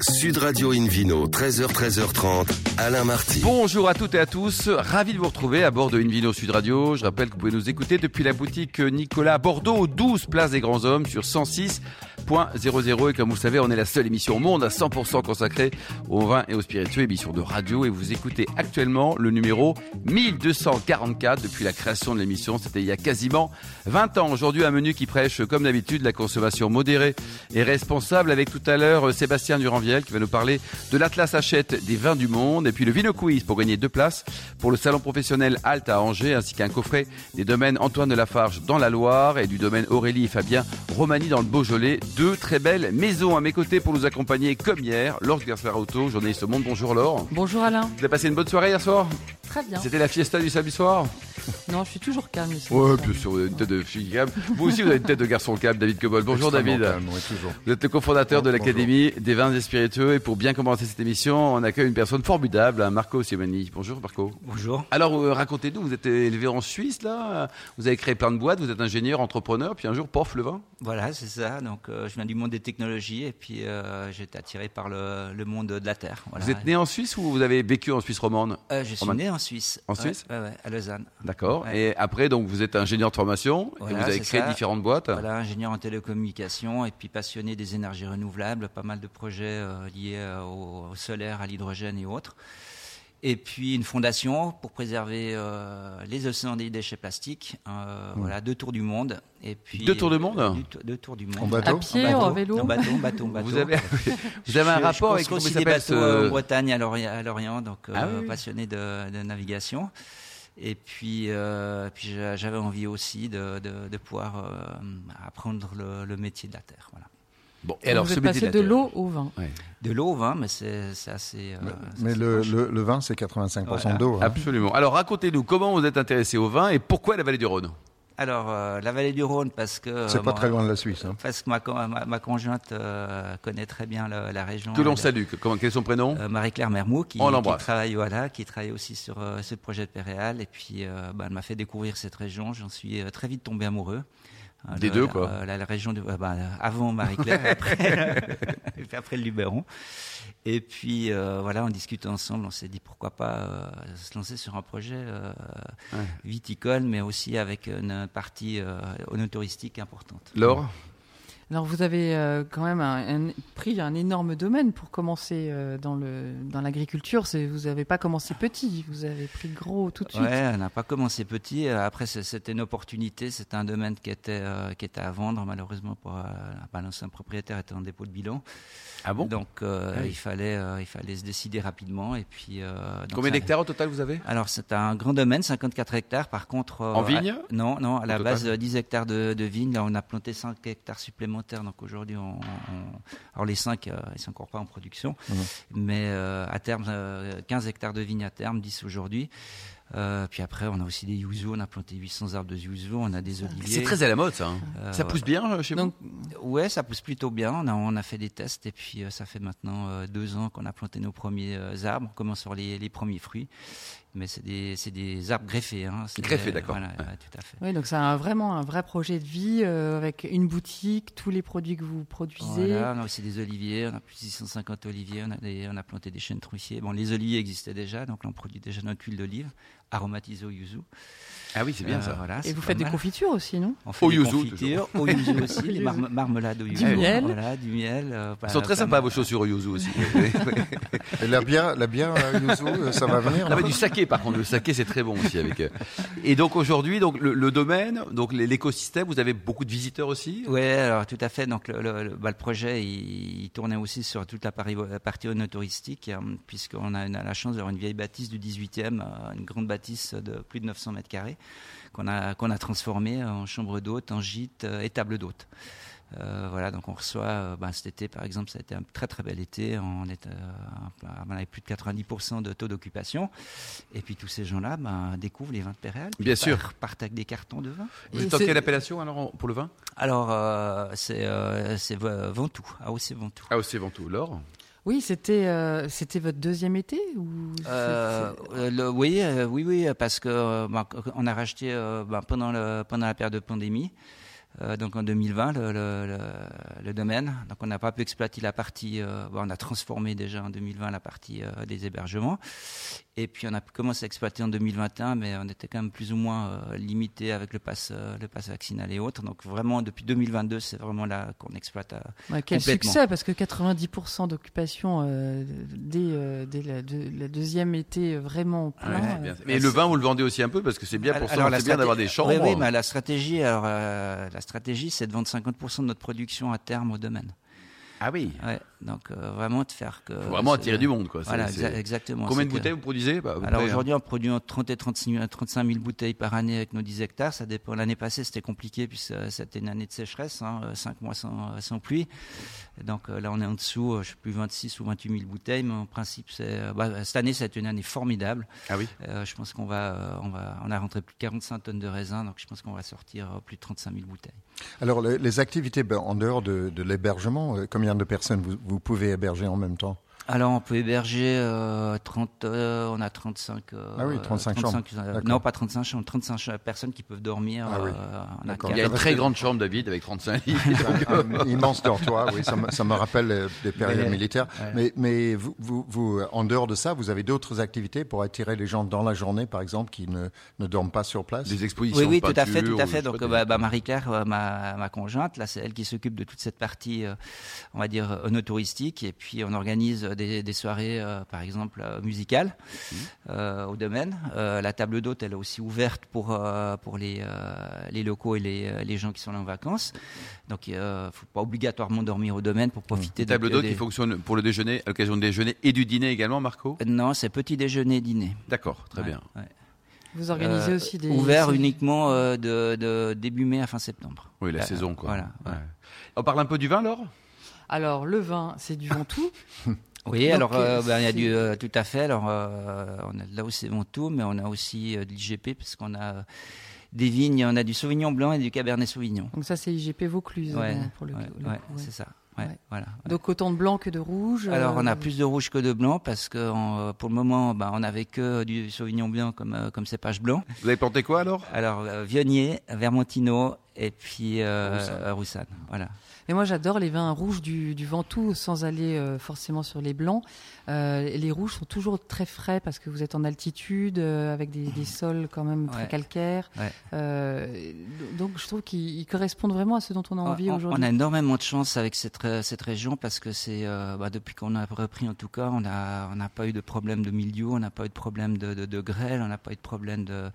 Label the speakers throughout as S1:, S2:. S1: Sud Radio Invino, 13h, 13h30, Alain Marty.
S2: Bonjour à toutes et à tous, ravi de vous retrouver à bord de Invino Sud Radio. Je rappelle que vous pouvez nous écouter depuis la boutique Nicolas à Bordeaux, 12 Place des Grands Hommes sur 106.00 et comme vous le savez, on est la seule émission au monde à 100% consacrée au vin et aux spiritueux, émission de radio et vous écoutez actuellement le numéro 1244 depuis la création de l'émission, c'était il y a quasiment 20 ans. Aujourd'hui, un menu qui prêche comme d'habitude la consommation modérée et responsable avec tout à l'heure euh, Sébastien Duranvier qui va nous parler de l'Atlas Achète des vins du monde et puis le Vino Quiz pour gagner deux places pour le salon professionnel Halte à Angers ainsi qu'un coffret des domaines Antoine de Lafarge dans la Loire et du domaine Aurélie et Fabien Romani dans le Beaujolais. Deux très belles maisons à mes côtés pour nous accompagner comme hier. Laure Gersler-Auto, journaliste au Monde. Bonjour Laure.
S3: Bonjour Alain.
S2: Vous avez passé une bonne soirée hier soir
S3: Très bien.
S2: C'était la fiesta du samedi soir
S3: Non, je suis toujours calme ici.
S2: Ouais, bien sûr, vous avez une tête de fille calme. Vous aussi, vous avez une tête de garçon calme, David Cobol. Bonjour David.
S4: Calme, oui, toujours.
S2: Vous êtes le cofondateur de l'Académie des vins et spiritueux et pour bien commencer cette émission, on accueille une personne formidable, hein, Marco Siemani. Bonjour Marco.
S5: Bonjour.
S2: Alors euh, racontez-nous, vous êtes élevé en Suisse là, vous avez créé plein de boîtes, vous êtes ingénieur, entrepreneur, puis un jour, pof, le vin.
S5: Voilà, c'est ça. Donc, euh, je viens du monde des technologies et puis euh, j'ai été attiré par le, le monde de la terre. Voilà.
S2: Vous êtes né en Suisse ou vous avez vécu en Suisse romande
S5: Euh, Je suis
S2: Romain.
S5: né en Suisse.
S2: En
S5: Ouais,
S2: Suisse Ah.
S5: ouais, ouais, À Lausanne.
S2: D'accord.
S5: Ouais.
S2: Et après, donc vous êtes ingénieur de formation
S5: Voilà,
S2: et vous avez
S5: c'est
S2: créé
S5: ça.
S2: différentes boîtes.
S5: Voilà, ingénieur en télécommunications et puis passionné des énergies renouvelables, pas mal de projets euh, liés euh, au, au solaire, à l'hydrogène et autres. Et puis une fondation pour préserver euh, les océans des déchets plastiques. Euh, Voilà, deux tours du monde. Et puis
S2: Hmm. Deux tours du monde
S5: Euh, du to- Deux tours du monde.
S4: En
S3: À
S4: bateau
S3: pied,
S5: En
S3: en
S5: bateau, bah,
S3: vélo.
S5: En bateau, en bateau, en bateau.
S2: Vous avez, vous avez un
S5: Je-
S2: rapport
S5: je
S2: avec
S5: construis
S2: comment il
S5: aussi des
S2: s'appelle
S5: bateaux euh, en
S2: ce...
S5: Bretagne, à Lorient, à Lorient, donc euh,
S2: Ah oui, oui.
S5: passionné de, de navigation. Et puis, euh, puis j'a- j'avais envie aussi de, de, de pouvoir euh, apprendre le, le métier de la terre. Voilà.
S2: Bon, et alors
S3: vous
S2: ce
S3: êtes
S2: métier
S3: passé
S2: la
S3: de
S2: terre.
S3: l'eau au vin.
S2: Ouais.
S5: De l'eau au vin, mais c'est c'est ah, assez. euh, ça
S4: Mais
S5: se
S4: le,
S5: mange.
S4: le, le vin, c'est 85%
S5: Voilà.
S4: d'eau. hein.
S2: Absolument. Alors racontez-nous comment vous êtes intéressé au vin et pourquoi la vallée du Rhône.
S5: Alors, euh, la vallée du Rhône, parce que.
S4: C'est
S5: euh,
S4: pas
S5: bon,
S4: très loin de la Suisse. hein.
S5: Parce que ma, con- ma, ma conjointe euh, connaît très bien la, la région.
S2: Que l'on
S5: Elle-
S2: salue. que- Comment, quel est son prénom
S5: Euh, Marie-Claire Mermoux qui,
S2: On
S5: qui
S2: l'embrasse.
S5: travaille voilà, qui travaille aussi sur euh, ce projet de Péréal et puis euh, bah, elle m'a fait découvrir cette région. J'en suis euh, très vite tombé amoureux. Euh,
S2: Des
S5: le-
S2: deux,
S5: la-
S2: quoi.
S5: euh, La, la région de euh, bah, avant Marie-Claire, après, et puis après le Luberon. Et puis euh, voilà, on discute ensemble. On s'est dit pourquoi pas euh, se lancer sur un projet euh, viticole, mais aussi avec une partie euh, onotouristique importante.
S2: Laure
S3: Alors vous avez euh, quand même un- un- pris un énorme domaine pour commencer euh, dans le dans l'agriculture. C'est- Vous n'avez pas commencé petit, vous avez pris gros tout de suite.
S5: Ouais, on n'a pas commencé petit. Euh, Après, c'est- c'était une opportunité. C'était un domaine qui était, euh, qui était à vendre, malheureusement, pour euh, bah, l'ancien propriétaire était en dépôt de bilan.
S2: Ah bon
S5: donc, euh,
S2: Ah oui.
S5: il, fallait, euh, il fallait se décider rapidement. Et puis, euh, donc
S2: Combien
S5: ça-
S2: d'hectares au total vous avez
S5: Alors, c'est un grand domaine, 54 hectares. Par contre. euh,
S2: En vigne
S5: à- Non, non, à la
S2: total
S5: base, euh, 10 hectares de, de vignes. Là, on a planté 5 hectares supplémentaires. Donc, aujourd'hui, on, on- Alors, les 5, euh, ils sont encore pas en production.
S4: Mhm.
S5: Mais euh, à terme, euh, 15 hectares de vignes à terme, 10 aujourd'hui. Euh, puis après, on a aussi des yuzu, on a planté 800 arbres de yuzu, on a des oliviers.
S2: C'est très à la mode ça. hein.
S5: Euh,
S2: ça pousse bien euh, chez
S3: Donc
S5: Ouais, ça pousse plutôt bien. On a, on a fait des tests et puis euh, ça fait maintenant euh, deux ans qu'on a planté nos premiers euh, arbres. On commence sur les, les premiers fruits, mais c'est des, c'est des arbres greffés. Hein. C'est-
S2: Greffés, d'accord.
S5: Voilà,
S2: Ouais.
S5: ouais, tout à fait.
S3: oui, donc c'est un- vraiment un vrai projet de vie euh, avec une boutique, tous les produits que vous produisez.
S5: Voilà, on a aussi des oliviers, on a plus de 650 oliviers, on a, des- on a planté des chênes truciers. Bon, les oliviers existaient déjà, donc là on produit déjà notre huile d'olive aromatisée au yuzu.
S2: vous Ah oui, c'est bien
S5: Euh,
S2: ça.
S5: voilà,
S3: Et
S5: c'est
S3: vous
S5: pas
S3: faites des
S5: mal.
S3: confitures aussi, non
S5: On fait
S2: Au
S5: des
S2: yuzu,
S5: confitures, au yuzu aussi,
S3: Au
S5: les
S3: yuzu.
S5: mar- marmelades au yuzu.
S3: miel.
S5: Voilà, du miel. euh,
S2: Ils
S5: pas-
S2: sont très
S5: pas
S2: sympas
S5: mal.
S2: vos chaussures Yuzu aussi.
S4: Et la bière, la bière euh, Yuzu, euh, ça va venir
S2: Non, mais du saké par contre, le saké c'est très bon aussi avec. euh. Et donc aujourd'hui, donc le, le domaine, donc les- l'écosystème, vous avez beaucoup de visiteurs aussi.
S5: Oui, alors tout à fait. Donc le, le- le- bah, le projet, il, il tournait aussi sur toute la pari- la partie onotouristique, hein, puisqu'on a, une- la chance d'avoir une vieille bâtisse du 18e, euh, une grande bâtisse de plus de 900 mètres carrés, qu'on a, qu'on a transformée en chambre d'hôte, en gîte euh, et table d'hôte. Euh, voilà, donc on reçoit, euh, bah, cet été par exemple, ça a été un très très bel été, on, est, euh, à- on avait plus de 90% de taux d'occupation, et puis tous ces gens-là bah, découvrent les vins de Péréal, puis
S2: Bien sûr.
S5: partent- partent avec des cartons de vin.
S2: Vous
S3: Et
S2: êtes en
S3: c'est-
S2: quelle appellation alors en- pour le vin
S5: Alors, euh, c'est euh, c'est V- Ventoux, AOC Ventoux.
S2: Ah c'est Ventoux, l'or.
S3: Oui, c'était euh, c'était votre deuxième été ou c'est-
S5: Euh,
S3: c'est-
S5: euh, le- oui, euh, oui, oui, parce que euh, bah, on a racheté euh, bah, pendant, le, pendant la période de pandémie. Euh, donc en 2020, le, le- le- le domaine. Donc on n'a pas pu exploiter la partie. euh, bon, on a transformé déjà en 2020 la partie euh, des hébergements. Et puis on a commencé à exploiter en 2021, mais on était quand même plus ou moins euh, limité avec le pass, euh, le pass vaccinal et autres. Donc vraiment depuis 2022, c'est vraiment là qu'on exploite. euh, à-
S3: Ouais, quel
S5: Complètement.
S3: succès, parce que 90% d'occupation euh, dès, euh, dès la, de- la deuxième été vraiment plein.
S2: Ouais, Ah,
S3: euh,
S2: bien. Mais le vin, vous le vendez aussi un peu parce que c'est bien pour ça. C'est bien
S5: straté-
S2: d'avoir des chambres.
S5: Oui, oui, mais la stratégie, alors euh, la stratégie, c'est de vendre 50% de notre production à terme au domaine.
S2: Ah oui.
S5: Ouais, donc euh, vraiment de faire que.
S2: Faut vraiment
S5: c'est-
S2: attirer du monde, quoi. C'est-
S5: Voilà,
S2: c'est-
S5: exa- exactement.
S2: Combien de
S5: c'est que-
S2: bouteilles vous produisez Bah, à peu
S5: Alors
S2: près, hein.
S5: aujourd'hui, on produit entre 30 et 35 000 35 000 bouteilles par année avec nos 10 hectares. Ça dépend. L'année passée, c'était compliqué puisque c'était une année de sécheresse, 5 mois sans, euh, sans pluie. Et donc euh, là, on est en dessous, euh, je sais plus 26 ou 28 000 bouteilles, mais en principe, c'est euh, bah, cette année, c'est une année formidable.
S2: Ah oui.
S5: Euh, je pense qu'on va, euh, on va, on a rentré plus de 45 tonnes de raisins, donc je pense qu'on va sortir euh, plus de 35 000 bouteilles.
S4: Alors, les, les activités ben, en dehors de, de l'hébergement, euh, combien de personnes vous, vous pouvez héberger en même temps
S5: Alors, on peut héberger euh, 30, euh, on a 35. euh,
S4: Ah oui, 35
S5: euh,
S4: D'accord.
S5: non, pas 35 chambres, 35 ch- personnes qui peuvent dormir.
S4: Ah oui.
S5: euh, on a
S4: D'accord.
S2: Il y a une très grande chambre, David, avec 35 lits.
S4: Un- un Immense dortoir, oui, ça me, ça me rappelle euh, des périodes
S5: Mais-
S4: militaires.
S5: ouais.
S4: Mais, mais vous, vous, vous, euh, en dehors de ça, vous avez d'autres activités pour attirer les gens dans la journée, par exemple, qui ne, ne dorment pas sur place
S2: Des expositions.
S5: Oui, oui,
S2: de
S5: tout à fait,
S2: peinture,
S5: tout à
S2: je sais
S5: fait. Donc,
S2: pas,
S5: euh,
S2: des-
S5: bah, bah, Marie-Claire, euh, ma, ma conjointe, là, c'est elle qui s'occupe de toute cette partie, euh, on va dire, euh, touristique. Et puis, on organise euh, des, des soirées, euh, par exemple, euh, musicales
S2: Mmh.
S5: euh, au domaine. Euh, la table d'hôte, elle est aussi ouverte pour, euh, pour les, euh, les locaux et les, euh, les gens qui sont là en vacances. Donc, il ne faut pas obligatoirement dormir au domaine pour profiter
S2: Des tables
S5: de-
S2: d'hôtes
S5: des-
S2: qui fonctionnent pour le déjeuner, à l'occasion du déjeuner et du dîner également, Marco
S5: Euh, Non, c'est petit déjeuner, dîner.
S2: D'accord, très
S5: Ouais,
S2: bien.
S5: ouais.
S3: Vous organisez
S5: Euh,
S3: aussi des.
S5: Ouvert
S3: des-
S5: uniquement euh, de, de début mai à fin septembre.
S2: Oui, la
S5: Euh,
S2: saison, quoi.
S5: Voilà.
S2: Ouais. On parle un peu du vin, Laure
S3: Alors, le vin, c'est du Ventoux.
S5: Oui,
S3: Donc,
S5: alors
S3: euh,
S5: euh, ben, il y a
S3: c'est-
S5: du euh, tout à fait. Alors euh, on a de là aussi Ventoux, mais on a aussi euh, de l'IGP parce qu'on a euh, des vignes, on a du Sauvignon blanc et du Cabernet Sauvignon.
S3: Donc, ça, c'est IGP Vaucluse,
S5: Ouais,
S3: euh, pour le,
S5: ouais,
S3: le
S5: ouais,
S3: coup, ouais.
S5: c'est ça. Ouais,
S3: Ouais.
S5: Voilà.
S3: Donc, autant de blanc que de rouge.
S5: Alors on
S3: euh,
S5: a plus de rouge que de blanc parce que en- pour le moment, ben, on n'avait que du Sauvignon blanc comme euh, comme cépage blanc.
S2: Vous avez planté quoi alors
S5: Alors euh, Viognier, Vermentino et puis euh, euh, Roussanne. Voilà.
S3: Mais moi, j'adore les vins rouges du, du Ventoux, sans aller euh, forcément sur les blancs. Euh, les rouges sont toujours très frais parce que vous êtes en altitude, euh, avec des, des sols quand même très
S5: Ouais.
S3: calcaires.
S5: Ouais.
S3: Euh, donc, je trouve qu'ils ils correspondent vraiment à ce dont on a envie
S5: on, on
S3: aujourd'hui.
S5: a énormément de chance avec cette, ré- cette région parce que c'est euh, bah, depuis qu'on a repris en tout cas, on a on n'a pas eu de problème de milieu, on n'a pas eu de problème de, de, de grêle, on n'a pas eu de problème de,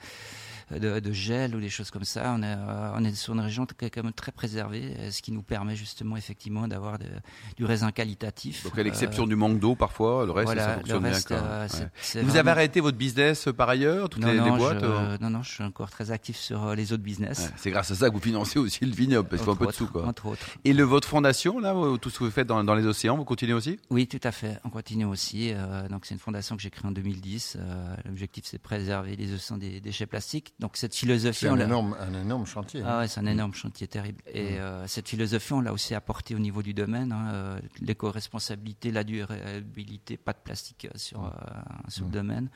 S5: de, de gel ou des choses comme ça. On est euh, on est sur une région qui est quand même très préservée, euh, ce qui nous permet justement effectivement d'avoir de- du raisin qualitatif.
S2: Donc à l'exception du manque d'eau parfois, le
S5: Euh,
S2: reste ça
S5: voilà, le
S2: fonctionne
S5: reste,
S2: bien. quoi.
S5: euh,
S2: Ouais.
S5: c'est- c'est
S2: Vous avez
S5: vraiment-
S2: arrêté votre business euh, par ailleurs, toutes
S5: non,
S2: les, les
S5: non,
S2: boîtes
S5: je,
S2: euh
S5: non, non, je suis encore très actif sur euh, les autres business.
S2: Ouais, C'est grâce à ça que vous financez aussi le vignoble, parce qu'il faut un
S5: Entre
S2: peu de
S5: autres,
S2: sous quoi.
S5: Entre autres.
S2: Et le, votre fondation, là, où- tout ce que vous faites dans, dans les océans, vous continuez aussi
S5: Oui, tout à fait. On continue aussi. euh, donc, c'est une fondation que j'ai créée en 2010. euh, L'objectif, c'est de préserver les océans des déchets plastiques. Donc, cette philosophie,
S4: C'est
S5: on
S4: un
S5: l'a.
S4: énorme, un énorme chantier. hein.
S5: Ah ouais, c'est un énorme chantier terrible. Et euh, cette philosophie, on l'a aussi apportée au niveau du domaine. hein, euh, L'éco-responsabilité, la durabilité, pas de plastique euh, sur, euh, sur le domaine.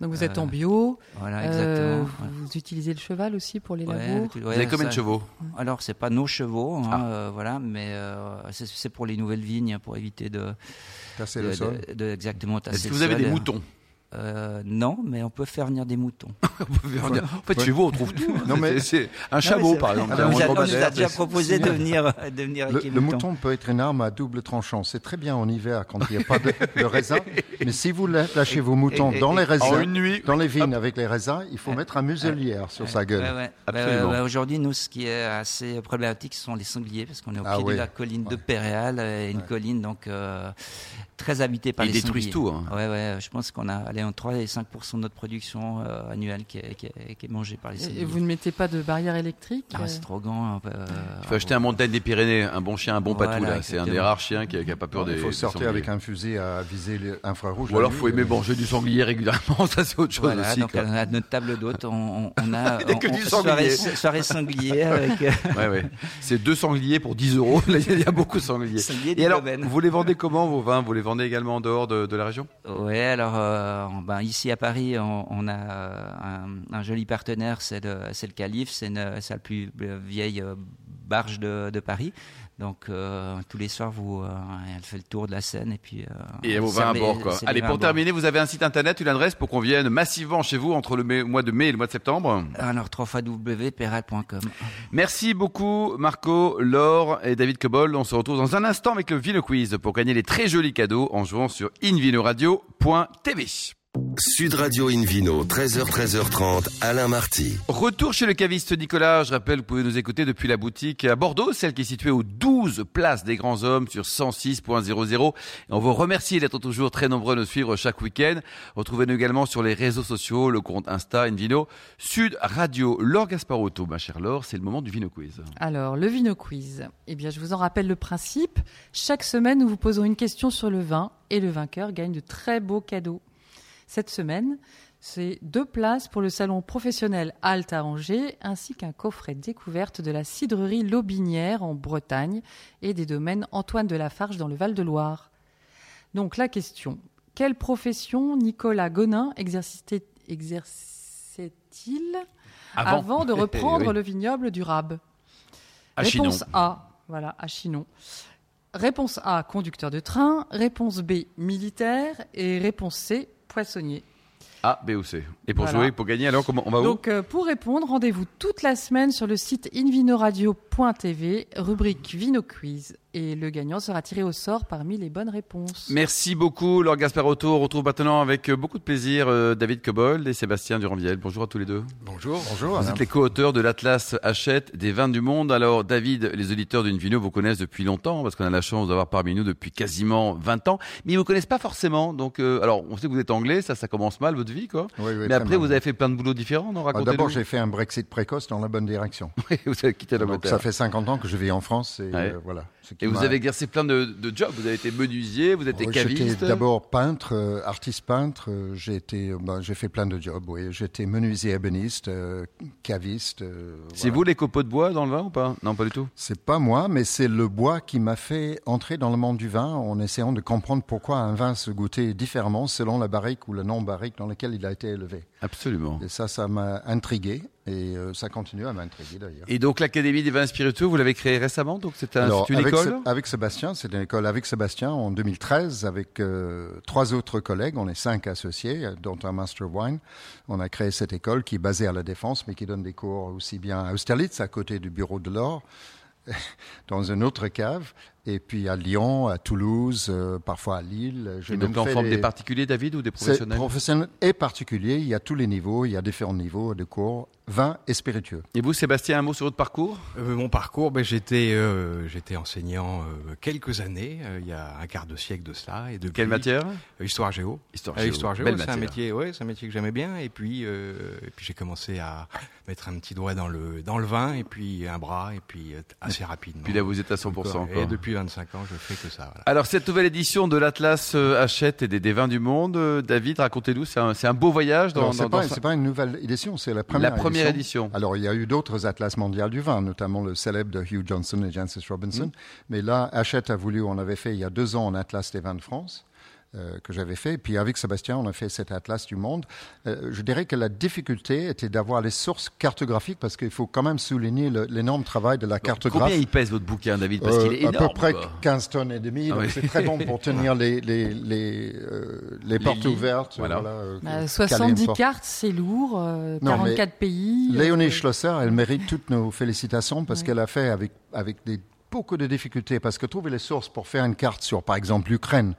S3: Donc, vous êtes en
S5: Euh,
S3: bio.
S5: Voilà,
S3: Euh,
S5: exactement.
S3: vous utilisez le cheval aussi pour les
S5: Ouais,
S3: labours.
S5: tout- ouais,
S2: Vous avez combien
S5: ça-
S2: de chevaux
S5: alors, c'est pas nos chevaux, hein,
S2: Ah.
S5: euh, voilà, mais euh, c'est- c'est pour les nouvelles vignes, hein, pour éviter de,
S4: Casser
S5: de-
S4: le
S5: de-
S4: sol.
S5: de- exactement tasser
S2: Est-ce que
S5: le
S2: vous avez
S5: sol,
S2: des
S5: euh,
S2: moutons
S5: Euh, non, mais on peut faire venir des moutons.
S2: En fait, chez vous, on trouve tout. hein.
S4: Non, mais-
S2: C'est- c'est un chameau, par exemple.
S4: Ah,
S5: On
S4: mais
S2: un
S5: nous a,
S4: c'est-
S5: on bah, nous a
S4: Robert,
S5: déjà
S4: c'est-
S5: proposé de venir, euh, de venir
S4: Le,
S5: avec les
S4: le
S5: moutons.
S4: mouton peut être une arme à double tranchant. C'est très bien en hiver quand il n'y a pas de, de raisin. Mais si vous la- lâchez vos moutons
S5: et-
S4: dans les
S5: et-
S4: raisins,
S2: En une nuit.
S4: dans les vignes avec les raisins, il faut mettre un muselière sur sa gueule.
S5: Ouais, ouais.
S2: Absolument.
S5: Bah, bah, Aujourd'hui, nous, ce qui est assez problématique, ce sont les sangliers, parce qu'on est au
S4: Ah
S5: pied
S4: ouais.
S5: de la colline de Péréal, euh, une colline donc euh, très habitée par
S2: Ils
S5: les sangliers.
S2: détruisent tout, hein.
S5: Ouais, ouais. Je pense qu'on a allé en 3 et 5 de notre production euh, annuelle qui est, qui, est, qui est mangée par les
S3: Et-
S5: sangliers.
S3: Et vous ne mettez pas de barrière électrique
S5: Ah,
S3: euh,
S5: c'est trop grand. euh,
S2: Il faut acheter un montagne des Pyrénées, un bon chien, un bon
S5: Voilà,
S2: patou. là. C'est un des
S5: exactement.
S2: rares chiens qui n'a pas peur des.
S4: il faut
S2: des
S4: sortir
S2: sangliers.
S4: avec un euh, fusil à viser l'infrarouge.
S2: Ou alors, faut aimer manger du sanglier régulièrement. Ça, c'est autre chose
S5: Voilà,
S2: aussi.
S5: donc
S2: quoi.
S5: à notre table d'hôte, on, on- on a
S2: Il y a que
S5: on-
S2: du
S5: on-
S2: sanglier.
S5: soirée, soirée sanglier avec euh,
S2: Ouais, ouais. C'est deux sangliers pour 10 euros. Là, il y a beaucoup de sangliers.
S5: sanglier du
S2: Et alors,
S5: domaine.
S2: vous les vendez comment vos vins Vous les vendez également en dehors de, de la région
S5: Ouais, alors euh, ben, ici à Paris, on, on a euh, un, un joli partenaire, c'est le, c'est le Calife, c'est une- c'est la plus euh, vieille euh, barge de, de Paris. Donc euh, tous les soirs, vous, euh, elle fait le tour de la Seine et puis. euh,
S2: Et vos
S5: c'est
S2: vins à
S5: les-
S2: bord, quoi.
S5: c'est les
S2: Allez,
S5: vins à
S2: pour
S5: bord.
S2: terminer, vous avez un site internet, une adresse pour qu'on vienne massivement chez vous entre le mai- mois de mai et le mois de septembre.
S5: Alors, www.peral.com.
S2: Merci beaucoup, Marco, Laure et David Cobold. On se retrouve dans un instant avec le Vino Quiz pour gagner les très jolis cadeaux en jouant sur invinoradio.tv.
S1: Sud Radio Invino, 13h, 13h30, Alain Marty.
S2: Retour chez le caviste Nicolas. Je rappelle, vous pouvez nous écouter depuis la boutique à Bordeaux, celle qui est située aux 12 places des Grands Hommes sur 106.00. Et on vous remercie d'être toujours très nombreux à nous suivre chaque week-end. Retrouvez-nous également sur les réseaux sociaux, le compte Insta, Invino, Sud Radio. Laure Gasparotto, ma chère Laure, c'est le moment du Vino Quiz.
S3: Alors, le Vino Quiz. Eh bien, je vous en rappelle le principe. Chaque semaine, nous vous posons une question sur le vin et le vainqueur gagne de très beaux cadeaux. Cette semaine, c'est deux places pour le salon professionnel Alt à Angers ainsi qu'un coffret découverte de la cidrerie Lobinière en Bretagne et des domaines Antoine de Lafarge dans le Val-de-Loire. Donc, la question. Quelle profession Nicolas Gonin exercitait- exerçait-il avant, de reprendre le vignoble du Rab
S2: Eh, à Chinon.
S3: Réponse A, voilà, à Chinon. Réponse A, conducteur de train. Réponse B, militaire. Et réponse C, poissonnier.
S2: A, B ou C. Et pour
S3: Voilà.
S2: jouer, pour gagner, alors comment on
S4: Bah
S2: va
S3: Donc, euh, pour répondre, rendez-vous toute la semaine sur le site invinoradio.tv, rubrique Vino Quiz. Et le gagnant sera tiré au sort parmi les bonnes réponses.
S2: où Merci beaucoup, Laure Gasparotto. On retrouve maintenant avec euh, beaucoup de plaisir euh, David Cobold et Sébastien Durandviel. Bonjour à tous les deux.
S4: Bonjour. Bonjour.
S2: Vous
S4: Alain.
S2: êtes les co-auteurs de l'Atlas Hachette des vins du monde. Alors, David, les auditeurs d'une vidéo vous connaissent depuis longtemps, parce qu'on a la chance d'avoir parmi nous depuis quasiment 20 ans, mais ils vous connaissent pas forcément. Donc, euh, alors, on sait que vous êtes anglais, ça, ça commence mal votre vie, quoi.
S4: Oui, oui,
S2: mais
S4: très
S2: après,
S4: mal.
S2: vous avez fait plein de boulots différents, non
S4: Ah,
S2: Racontez-nous.
S4: D'abord, j'ai fait un Brexit précoce dans la bonne direction.
S2: vous avez quitté la
S4: Donc,
S2: moteur.
S4: ça fait 50 ans que je vis en France et
S2: Ouais.
S4: euh, voilà. ce qui
S2: Et vous
S4: m'a-
S2: avez exercé plein de, de jobs. Vous avez été menuisier, vous êtes
S4: Oh,
S2: caviste.
S4: J'étais d'abord peintre, euh, artiste peintre. euh, J'ai été, euh, ben, j'ai fait plein de jobs. Oui, j'étais menuisier ébéniste, euh, caviste. euh,
S2: C'est
S4: voilà.
S2: vous les copeaux de bois dans le vin ou pas Non, pas du tout.
S4: C'est pas moi, mais c'est le bois qui m'a fait entrer dans le monde du vin en essayant de comprendre pourquoi un vin se goûtait différemment selon la barrique ou le non barrique dans lequel il a été élevé.
S2: Absolument.
S4: Et ça, ça m'a intrigué et euh, ça continue à m'intriguer d'ailleurs.
S2: Et donc l'Académie des vins spiritueux, vous l'avez créée récemment, donc c'est un,
S4: Alors,
S2: c'est une
S4: avec,
S2: école
S4: Sé- avec Sébastien, c'est une école avec Sébastien en 2013, avec euh, trois autres collègues, on est cinq associés, euh, dont un Master Wine. On a créé cette école qui est basée à la Défense, mais qui donne des cours aussi bien à Austerlitz, à côté du Bureau de l'Or, dans une autre cave, et puis à Lyon, à Toulouse, euh, parfois à Lille. J'ai
S2: Et
S4: même
S2: donc là, on
S4: fait
S2: forme
S4: les-
S2: des particuliers, David, ou des
S4: c'est
S2: professionnels
S4: professionnel et particulier, il y a tous les niveaux, il y a différents niveaux de cours, vin et spiritueux.
S2: Et vous, Sébastien, un mot sur votre parcours
S6: Euh, mon parcours, ben, j'étais euh, j'étais enseignant euh, quelques années, euh, il y a un quart de siècle de cela. Et depuis,
S2: Quelle matière
S6: Euh, Histoire géo.
S2: Histoire
S6: Euh, histoire géo,
S2: Belle
S6: c'est un
S2: matière.
S6: métier, ouais, c'est un métier que j'aimais bien. Et puis, euh, et puis j'ai commencé à mettre un petit doigt dans le dans le vin, et puis un bras, et puis euh, assez rapidement.
S2: Puis là, vous êtes à 100%.
S6: Et
S2: encore.
S6: depuis 25 ans, je fais que ça. voilà.
S2: Alors, cette nouvelle édition de l'Atlas euh, Hachette et des, des vins du monde, euh, David, racontez-nous, c'est un, c'est un beau voyage dans,
S4: Alors, c'est
S2: dans-
S4: pas,
S2: dans-
S4: c'est pas une nouvelle édition, c'est la
S2: la
S4: première
S2: première édition.
S4: Alors, il y a eu d'autres atlas mondiaux du vin, notamment le célèbre de Hugh Johnson et Jancis Robinson.
S2: Mm.
S4: Mais là, Hachette a voulu, on avait fait il y a deux ans un atlas des vins de France. euh, que j'avais fait. Et puis avec Sébastien, on a fait cet atlas du monde. Euh, je dirais que la difficulté était d'avoir les sources cartographiques parce qu'il faut quand même souligner le- l'énorme travail de la cartographe.
S2: Combien il pèse votre bouquin, David Parce qu'il est
S4: Euh,
S2: énorme.
S4: à peu près
S2: quoi.
S4: 15 tonnes et demie.
S2: Ah
S4: donc
S2: oui.
S4: C'est très bon pour tenir les, les, les, euh, les portes
S2: lits,
S4: ouvertes.
S2: voilà.
S4: voilà, euh,
S3: Bah,
S4: caler une
S3: 70
S4: porte.
S3: cartes, c'est lourd. euh,
S4: Non, mais
S3: 44 pays. euh,
S4: Léonie Schlosser, elle mérite toutes nos félicitations parce qu'elle a fait avec, avec des, beaucoup de difficultés. Parce que trouver les sources pour faire une carte sur, par exemple, l'Ukraine,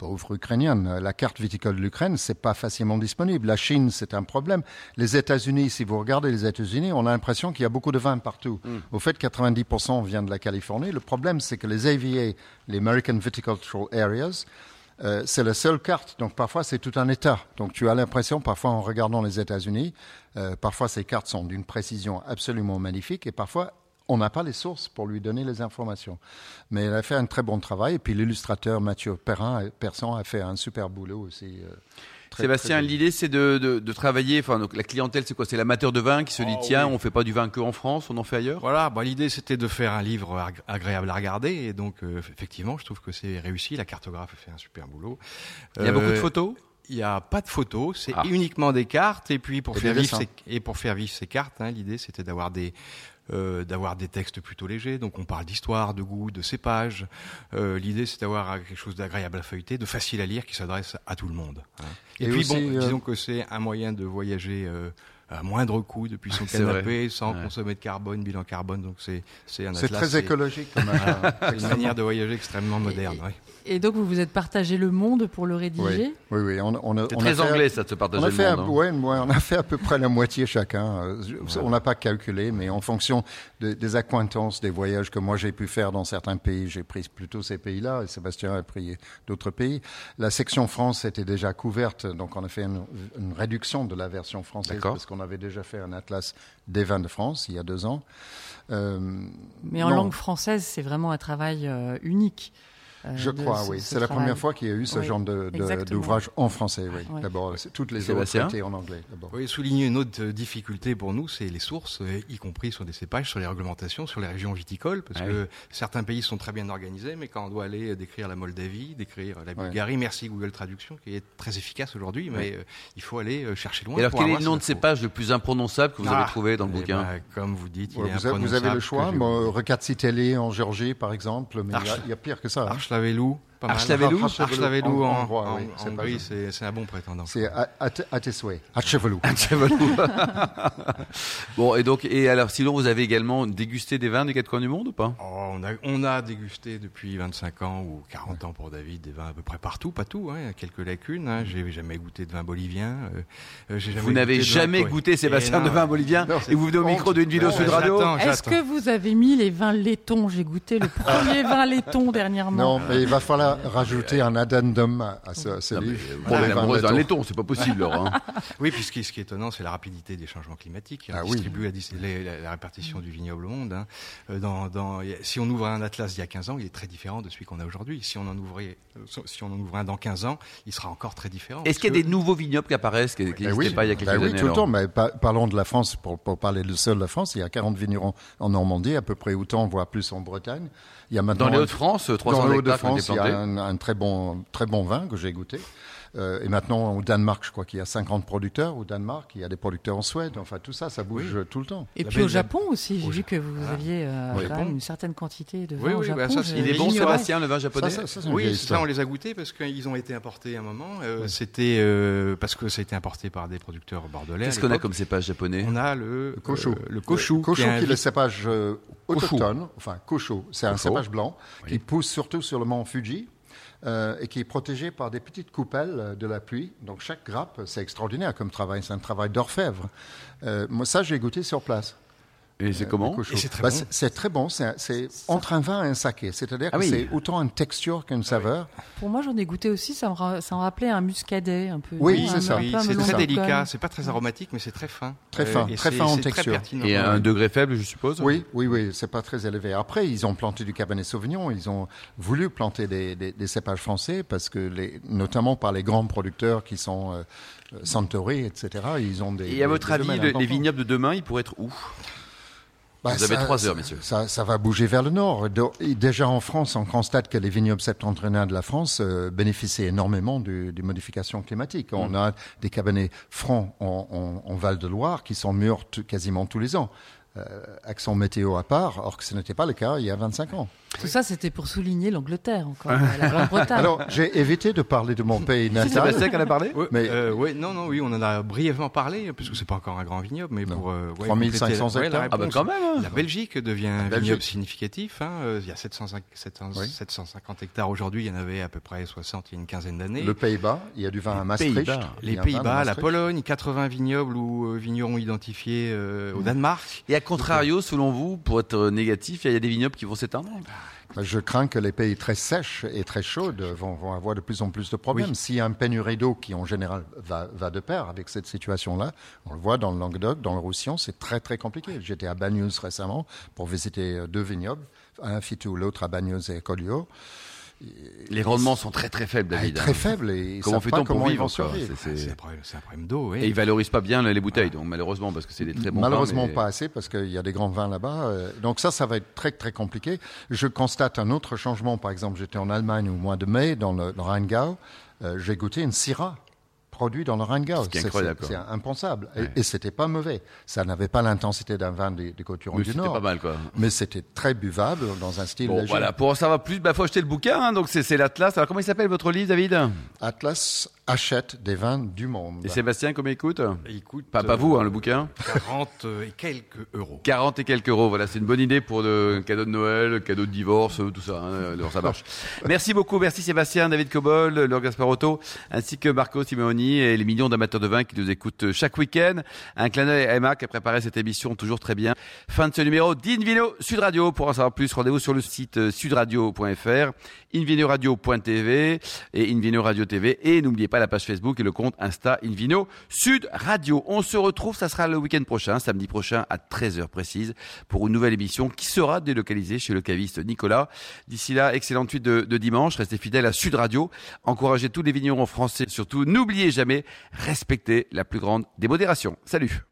S4: pauvre ukrainienne, euh, la carte viticole de l'Ukraine, c'est pas facilement disponible. La Chine, c'est un problème. Les États-Unis, si vous regardez les États-Unis, on a l'impression qu'il y a beaucoup de vin partout. Au fait, 90% vient de la Californie. Le problème, c'est que les AVA, les American Viticultural Areas, euh, c'est la seule carte. Donc parfois, c'est tout un État. Donc tu as l'impression, parfois en regardant les États-Unis, euh, parfois ces cartes sont d'une précision absolument magnifique et parfois on n'a pas les sources pour lui donner les informations. Mais elle a fait un très bon travail et puis l'illustrateur Mathieu Perrin, Persan a fait un super boulot aussi. euh, très,
S2: Sébastien,
S4: très joli.
S2: l'idée, c'est de, de- de travailler. Enfin, donc, la clientèle, c'est quoi C'est l'amateur de vin qui se dit
S4: Ah,
S6: Oh,
S2: tiens,
S6: oui.
S2: on fait pas du vin que en France, on en fait ailleurs.
S6: Voilà, bah, l'idée c'était de faire un livre ag- agréable à regarder, et donc euh, effectivement, je trouve que c'est réussi. La cartographe fait un super boulot.
S2: Il y a beaucoup de
S6: Euh,
S2: photos.
S6: Il n'y a pas de photos, c'est
S2: Ah.
S6: uniquement des cartes. Et puis pour,
S4: Et
S6: faire
S4: des
S6: vivre,
S4: dessins.
S6: ces, et pour faire vivre ces cartes, hein, l'idée c'était d'avoir des, euh, d'avoir des textes plutôt légers. Donc on parle d'histoire, de goût, de cépage. Euh, l'idée c'est d'avoir euh, quelque chose d'agréable à feuilleter, de facile à lire, qui s'adresse à tout le monde. hein. Et,
S4: Et
S6: puis
S4: aussi,
S6: bon,
S4: euh,
S6: disons que c'est un moyen de voyager. euh, à moindre coût
S4: Ah,
S6: depuis son
S2: C'est vrai.
S6: canapé, sans
S2: Ouais.
S6: consommer de carbone, bilan carbone, donc c'est c'est un
S4: C'est
S6: atlas,
S4: très écologique. Comme, euh,
S6: c'est une manière de voyager extrêmement moderne. ouais.
S3: Et donc, vous vous êtes partagé le monde pour le rédiger
S4: oui, oui, oui, on, on a-
S2: C'est
S4: on a
S2: très
S4: fait-
S2: anglais, ça, de se partager
S4: On a,
S2: le
S4: fait à,
S2: monde. hein.
S4: ouais, ouais, on a fait à peu près la moitié chacun. Euh, je- On n'a pas calculé, mais en fonction de- des acquaintances, des voyages que moi j'ai pu faire dans certains pays, j'ai pris plutôt ces pays-là, et Sébastien a pris d'autres pays. La section France était déjà couverte, donc on a fait une, une réduction de la version française,
S2: D'accord.
S4: parce qu'on avait déjà fait un atlas des vins de France il y a deux ans. Euh,
S3: Mais en
S4: non,
S3: langue française, c'est vraiment un travail euh, unique. euh,
S4: Je
S3: de
S4: crois,
S3: ce-
S4: oui.
S3: ce
S4: C'est la
S3: travail.
S4: première fois qu'il y a eu ce
S3: Oui,
S4: genre de- de-
S3: exactement.
S4: d'ouvrage en français, oui.
S3: Ouais.
S4: D'abord, c'est- toutes les autres
S2: Sébastien
S4: étaient en anglais, d'abord.
S6: Oui, souligner une autre euh, difficulté pour nous, c'est les sources, euh, y compris sur des cépages, sur les réglementations, sur les régions viticoles, parce
S2: Ah
S6: que certains pays sont très bien organisés, mais quand on doit aller euh, décrire la Moldavie, décrire euh, la
S4: Ouais.
S6: Bulgarie, merci Google Traduction, qui est très efficace aujourd'hui, mais euh, il faut aller euh, chercher loin.
S2: Et alors,
S6: pour
S2: quel est
S6: avoir
S2: le nom
S6: ces
S2: de ces
S6: infos.
S2: pages le plus imprononçable que vous
S6: Ah,
S2: avez trouvé dans le
S6: eh
S2: bouquin
S6: ben, Comme vous dites, il
S4: Ouais,
S6: est
S4: vous, a- vous avez le
S6: imprononçable,
S4: choix.
S6: que j'ai
S4: Moi,
S6: oublié.
S4: Regarde Citélé en Géorgie, par exemple, mais il y a-
S6: Arche-
S4: il y, a pire que ça. hein.
S6: Archelavelou, pas mal.
S2: Archelavelou
S6: Archelavelou en,
S4: en hongrois,
S6: en-
S4: oui,
S6: en
S4: c'est pas
S6: Hongrie,
S4: ça.
S6: c'est c'est un bon prétendant.
S4: C'est à- à- Atesoué, Atchevelou.
S2: Chevelou. bon, et donc, et alors, sinon, vous avez également dégusté des vins des quatre coins du monde ou pas
S6: Oh, on, a, on a dégusté depuis 25 ans ou 40 ans pour David des vins à peu près partout, pas tout, hein, il y a quelques lacunes. Hein, j'ai jamais goûté de vin bolivien. euh, euh, j'ai jamais
S2: Mm. Vous n'avez
S6: goûté de
S2: jamais
S6: vin coré-
S2: goûté, Sébastien,
S6: Et
S2: de
S6: non,
S2: vin bolivien
S4: Non,
S2: et vous venez au
S4: honte.
S2: micro d'une vidéo
S4: Non,
S2: Sud
S6: mais
S2: Radio
S6: j'attends,
S3: Est-ce
S6: j'attends.
S3: que vous avez mis les vins laitons J'ai goûté le
S6: Ah.
S3: premier vin laiton dernièrement.
S4: Non, mais il va falloir rajouter un addendum à, à ce, à ce
S2: Non, mais,
S4: livre.
S2: euh,
S4: pour
S2: voilà,
S4: les vins
S2: l'amoureuse d'un
S4: laitons.
S2: laiton, c'est pas possible, Laurent. hein.
S6: Oui, puis ce qui, ce qui est étonnant, c'est la rapidité des changements climatiques qui
S4: Ah oui.
S6: distribue la, dis- les- la- la répartition du vignoble au monde. hein. Euh, Dans, dans- y a- si on ouvre un atlas d'il y a 15 ans, il est très différent de celui qu'on a aujourd'hui. Si on en ouvrait, euh, si on en ouvre un dans 15 ans, il sera encore très différent.
S2: Est-ce qu'il y a des nouveaux vignobles qui apparaissent qui qui
S4: Eh
S2: n'existaient
S4: oui,
S2: pas il y a quelques
S4: bah
S2: années
S4: oui, tout le
S2: alors
S4: temps. Mais par- parlons de la France, pour, pour parler de seul de la France, il y a 40 vignerons en Normandie, à peu près autant, voire plus en Bretagne. Il y a maintenant
S2: Dans les Hauts-de-France, 300
S4: Dans le
S2: hectares qui ont été
S4: Haut-de-France, il
S2: plantés.
S4: y a un, un très, bon, très bon vin que j'ai goûté. Euh, et maintenant, au Danemark, je crois qu'il y a 50 producteurs. Au Danemark, il y a des producteurs en Suède. Enfin, tout ça, ça bouge euh, tout le temps.
S3: Et
S6: La
S3: puis au
S6: belle-
S3: Japon aussi, j'ai
S6: au
S3: vu
S6: Ja-
S3: que vous aviez euh,
S6: Au
S3: quand
S6: Japon.
S3: même une certaine quantité de vin
S6: Oui,
S3: au
S6: oui,
S3: Japon.
S6: bah ça,
S3: je-
S6: c'est-
S2: Il est
S6: Les
S2: bon,
S6: vignerons.
S2: Sébastien, le vin japonais
S4: Ça, ça, ça, c'est une
S6: Oui,
S4: vieille
S6: ça,
S4: histoire.
S6: on les a goûtés parce qu'ils ont été importés à un moment. euh, C'était euh, parce que ça a été importé par des producteurs bordelais.
S2: Qu'est-ce
S6: à
S2: qu'on a
S6: l'époque.
S2: comme cépage japonais
S6: On a le,
S4: Le cochou.
S6: euh, le cochou,
S4: Le cochou
S6: qui est un
S4: qui est
S6: vi-
S4: le cépage euh, autochtone, enfin cochou, c'est un
S2: Cochou.
S4: cépage blanc
S2: Oui.
S4: qui pousse surtout sur le mont Fuji. euh, et qui est protégé par des petites coupelles euh, de la pluie. Donc chaque grappe, c'est extraordinaire comme travail, c'est un travail d'orfèvre. Euh, moi, ça, j'ai goûté sur place.
S2: Et c'est comment
S4: le cochou.
S6: Et c'est très
S4: Bah,
S6: bon.
S4: c'est- C'est très bon, c'est un- c'est entre un vin et un saké. C'est-à-dire
S2: Ah
S4: que
S2: oui. Ah
S4: c'est autant une texture qu'une saveur.
S3: Pour moi, j'en ai goûté aussi, ça me, ra- ça me rappelait un muscadet un peu.
S4: Oui,
S3: Un-
S4: c'est
S3: un
S4: ça.
S3: peu
S6: Oui,
S3: un
S6: c'est
S3: melon
S6: très
S3: d'automne.
S6: délicat, c'est pas très aromatique, mais c'est très fin.
S4: Très
S6: Euh,
S4: fin,
S6: et
S4: très
S6: c'est-
S4: fin en
S6: c'est très
S4: texture.
S6: pertinent.
S2: Et un degré faible, je suppose
S4: Oui, oui, oui, c'est pas très élevé. Après, ils ont planté du Cabernet Sauvignon, ils ont voulu planter des, des- des cépages français parce que, les, notamment par les grands producteurs qui sont euh, euh, Suntory, etc. Ils ont des.
S2: Et à
S4: des-
S2: votre
S4: des
S2: avis,
S4: domaines
S2: le- les
S4: importants.
S2: vignobles de demain, ils pourraient être où
S4: Bah,
S2: Vous avez
S4: ça-
S2: trois heures,
S4: ça-
S2: messieurs.
S4: Ça, ça va bouger vers le nord. Do- et Déjà en France, on constate que les vignobles septentrionaux de la France euh, bénéficient énormément du- des modifications climatiques.
S2: Mm.
S4: On a des cabernets francs en, en- en Val-de-Loire qui sont mûrs t- quasiment tous les ans. Euh, accent météo à part, or que ce n'était pas le cas il y a 25 ans.
S3: Tout ça, c'était pour souligner l'Angleterre encore, la Grande-Bretagne.
S4: Alors, j'ai évité de parler de mon pays natal.
S2: Sébastien, qu'en a parlé
S6: Oui,
S4: Mais-
S6: euh, ouais, non, non, oui, on en a brièvement parlé, parce que c'est pas encore un grand vignoble, mais
S4: Non.
S6: pour euh, ouais,
S4: 3500
S6: compléter la- ouais, la
S4: hectares.
S2: Ah bah
S6: réponse.
S2: quand même hein.
S6: La Belgique devient un
S4: Belgique.
S6: vignoble significatif. hein, euh, Il y a 705 700
S4: Oui.
S6: 750 hectares aujourd'hui. Il y en avait à peu près 60 il y a une quinzaine d'années.
S4: Le Pays-Bas, il y a du vin à Maastricht.
S2: Pays-Bas.
S4: il y
S6: Les
S4: a un vin à
S6: Pays-Bas, la
S4: Maastricht.
S6: Pologne, 80 vignobles ou euh, vignerons identifiés euh,
S2: Mmh.
S6: au Danemark.
S2: Et à contrario, selon vous, pour être négatif, il y a des vignobles qui vont s'éteindre
S4: Je crains que les pays très sèches et très chaudes vont, vont avoir de plus en plus de problèmes. S'il y a une pénurie d'eau qui, en général, va, va de pair avec cette situation-là, on le voit dans le Languedoc, dans le Roussillon, c'est très, très compliqué. J'étais à Bagneuse récemment pour visiter euh, deux vignobles, un fitou, l'autre à Bagneuse et Collioure.
S2: Les rendements sont très très faibles,
S4: Ah,
S2: David. hein.
S4: Très faibles et ils
S2: Comment
S4: savent pas
S2: fait-on pour
S4: comment ils
S2: vivre
S4: vont
S2: encore
S4: survivre. Ah,
S2: C'est- c'est-
S6: Ah, C'est un problème, c'est un problème d'eau. oui.
S2: Et ils valorisent pas bien les bouteilles, donc malheureusement, parce que c'est des très bons vins,
S4: Malheureusement
S2: mais-
S4: pas assez parce qu'il y a des grands vins là-bas. euh, Donc ça, ça va être très très compliqué. Je constate un autre changement. Par exemple, j'étais en Allemagne au mois de mai dans le le Rheingau. euh, J'ai goûté une Syrah produit dans le Rheingau.
S2: Ce qui est incroyable,
S4: c'est
S2: quoi.
S4: impensable. Et-
S2: Ouais.
S4: Et, c'était pas mauvais. Ça n'avait pas l'intensité d'un vin des, des Côtes-du-Rhône
S2: Mais
S4: du
S2: c'était
S4: Nord.
S2: pas mal, quoi.
S4: Mais c'était très buvable dans un style
S2: Bon,
S4: léger.
S2: voilà, pour en savoir plus, bah, faut acheter le bouquin, hein, donc c'est c'est l'Atlas. Alors, comment il s'appelle votre livre, David
S4: Atlas achète des vins du monde.
S2: Et Sébastien, combien il coûte
S6: Il coûte.
S2: pas, pas
S6: euh,
S2: vous, hein, le bouquin
S6: 40 et quelques euros.
S2: 40 et quelques euros, voilà, c'est une bonne idée pour le cadeau de Noël, cadeau de divorce, euh, tout ça, hein, euh, alors ça marche. Merci beaucoup, merci Sébastien, David Cobol, Laure Gasparotto, ainsi que Marco Simeoni et les millions d'amateurs de vin qui nous écoutent chaque week-end. Un clin d'œil à Emma qui a préparé cette émission toujours très bien. Fin de ce numéro d'Invino Sud Radio. Pour en savoir plus, rendez-vous sur le site euh, sudradio.fr, invinoradio.tv et Invino Radio TV. Et n'oubliez pas la page Facebook et le compte Insta Invino Sud Radio. On se retrouve, ça sera le week-end prochain, samedi prochain à 13h précise, pour une nouvelle émission qui sera délocalisée chez le caviste Nicolas. D'ici là, excellente suite de, de dimanche. Restez fidèles à Sud Radio. Encouragez tous les vignerons français. Surtout, n'oubliez jamais, respectez la plus grande démodération. Salut